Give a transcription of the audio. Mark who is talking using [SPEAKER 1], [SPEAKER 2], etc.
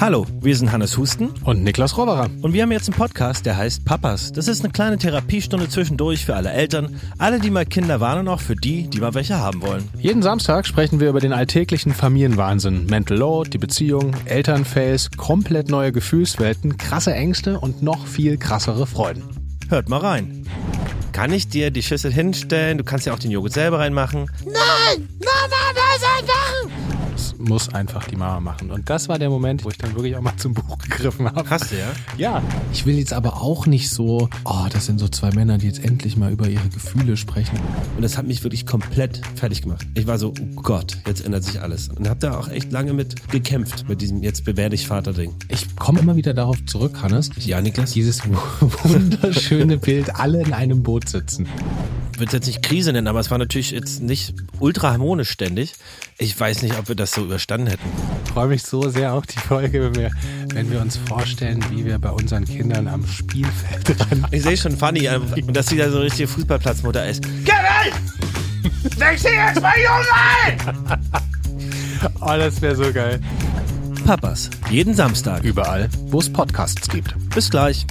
[SPEAKER 1] Hallo, wir sind Hannes Husten
[SPEAKER 2] Und Niklas Roberer.
[SPEAKER 1] und wir haben jetzt einen Podcast, der heißt Papas. Das ist eine kleine Therapiestunde zwischendurch für alle Eltern, alle, die mal Kinder waren und auch für die, die mal welche haben wollen.
[SPEAKER 2] Jeden Samstag sprechen wir über den alltäglichen Familienwahnsinn, Mental Load, die Beziehung, Elternface, komplett neue Gefühlswelten, krasse Ängste und noch viel krassere Freuden.
[SPEAKER 1] Hört mal rein. Kann ich dir die Schüssel hinstellen? Du kannst ja auch den Joghurt selber reinmachen.
[SPEAKER 2] Das muss einfach die Mama machen. Und das war der Moment, wo ich dann wirklich auch mal zum Buch gegriffen habe.
[SPEAKER 1] Hast du ja?
[SPEAKER 2] Ja.
[SPEAKER 3] Ich will jetzt aber auch nicht so, oh, das sind so zwei Männer, die jetzt endlich mal über ihre Gefühle sprechen.
[SPEAKER 1] Und das hat mich wirklich komplett fertig gemacht. Ich war so, oh Gott, jetzt ändert sich alles. Und hab da auch echt lange mit gekämpft, mit diesem jetzt bewähr ich Vater-Ding.
[SPEAKER 3] Ich komme immer wieder darauf zurück, Hannes.
[SPEAKER 1] Ja, Niklas?
[SPEAKER 3] Dieses wunderschöne Bild, alle in einem Boot sitzen.
[SPEAKER 1] Ich würde es jetzt nicht Krise nennen, aber es war natürlich jetzt nicht ultra harmonisch ständig. Ich weiß nicht, ob wir das so überstanden hätten.
[SPEAKER 2] Ich freue mich so sehr auf die Folge, wenn wir, wenn wir uns vorstellen, wie wir bei unseren Kindern am Spielfeld ran.
[SPEAKER 1] Ich sehe schon Fanny, äh, und dass sie da so eine richtige Fußballplatzmutter ist.
[SPEAKER 2] Oh, das wäre so geil.
[SPEAKER 1] Papas, jeden Samstag.
[SPEAKER 2] Überall, wo es Podcasts gibt.
[SPEAKER 1] Bis gleich.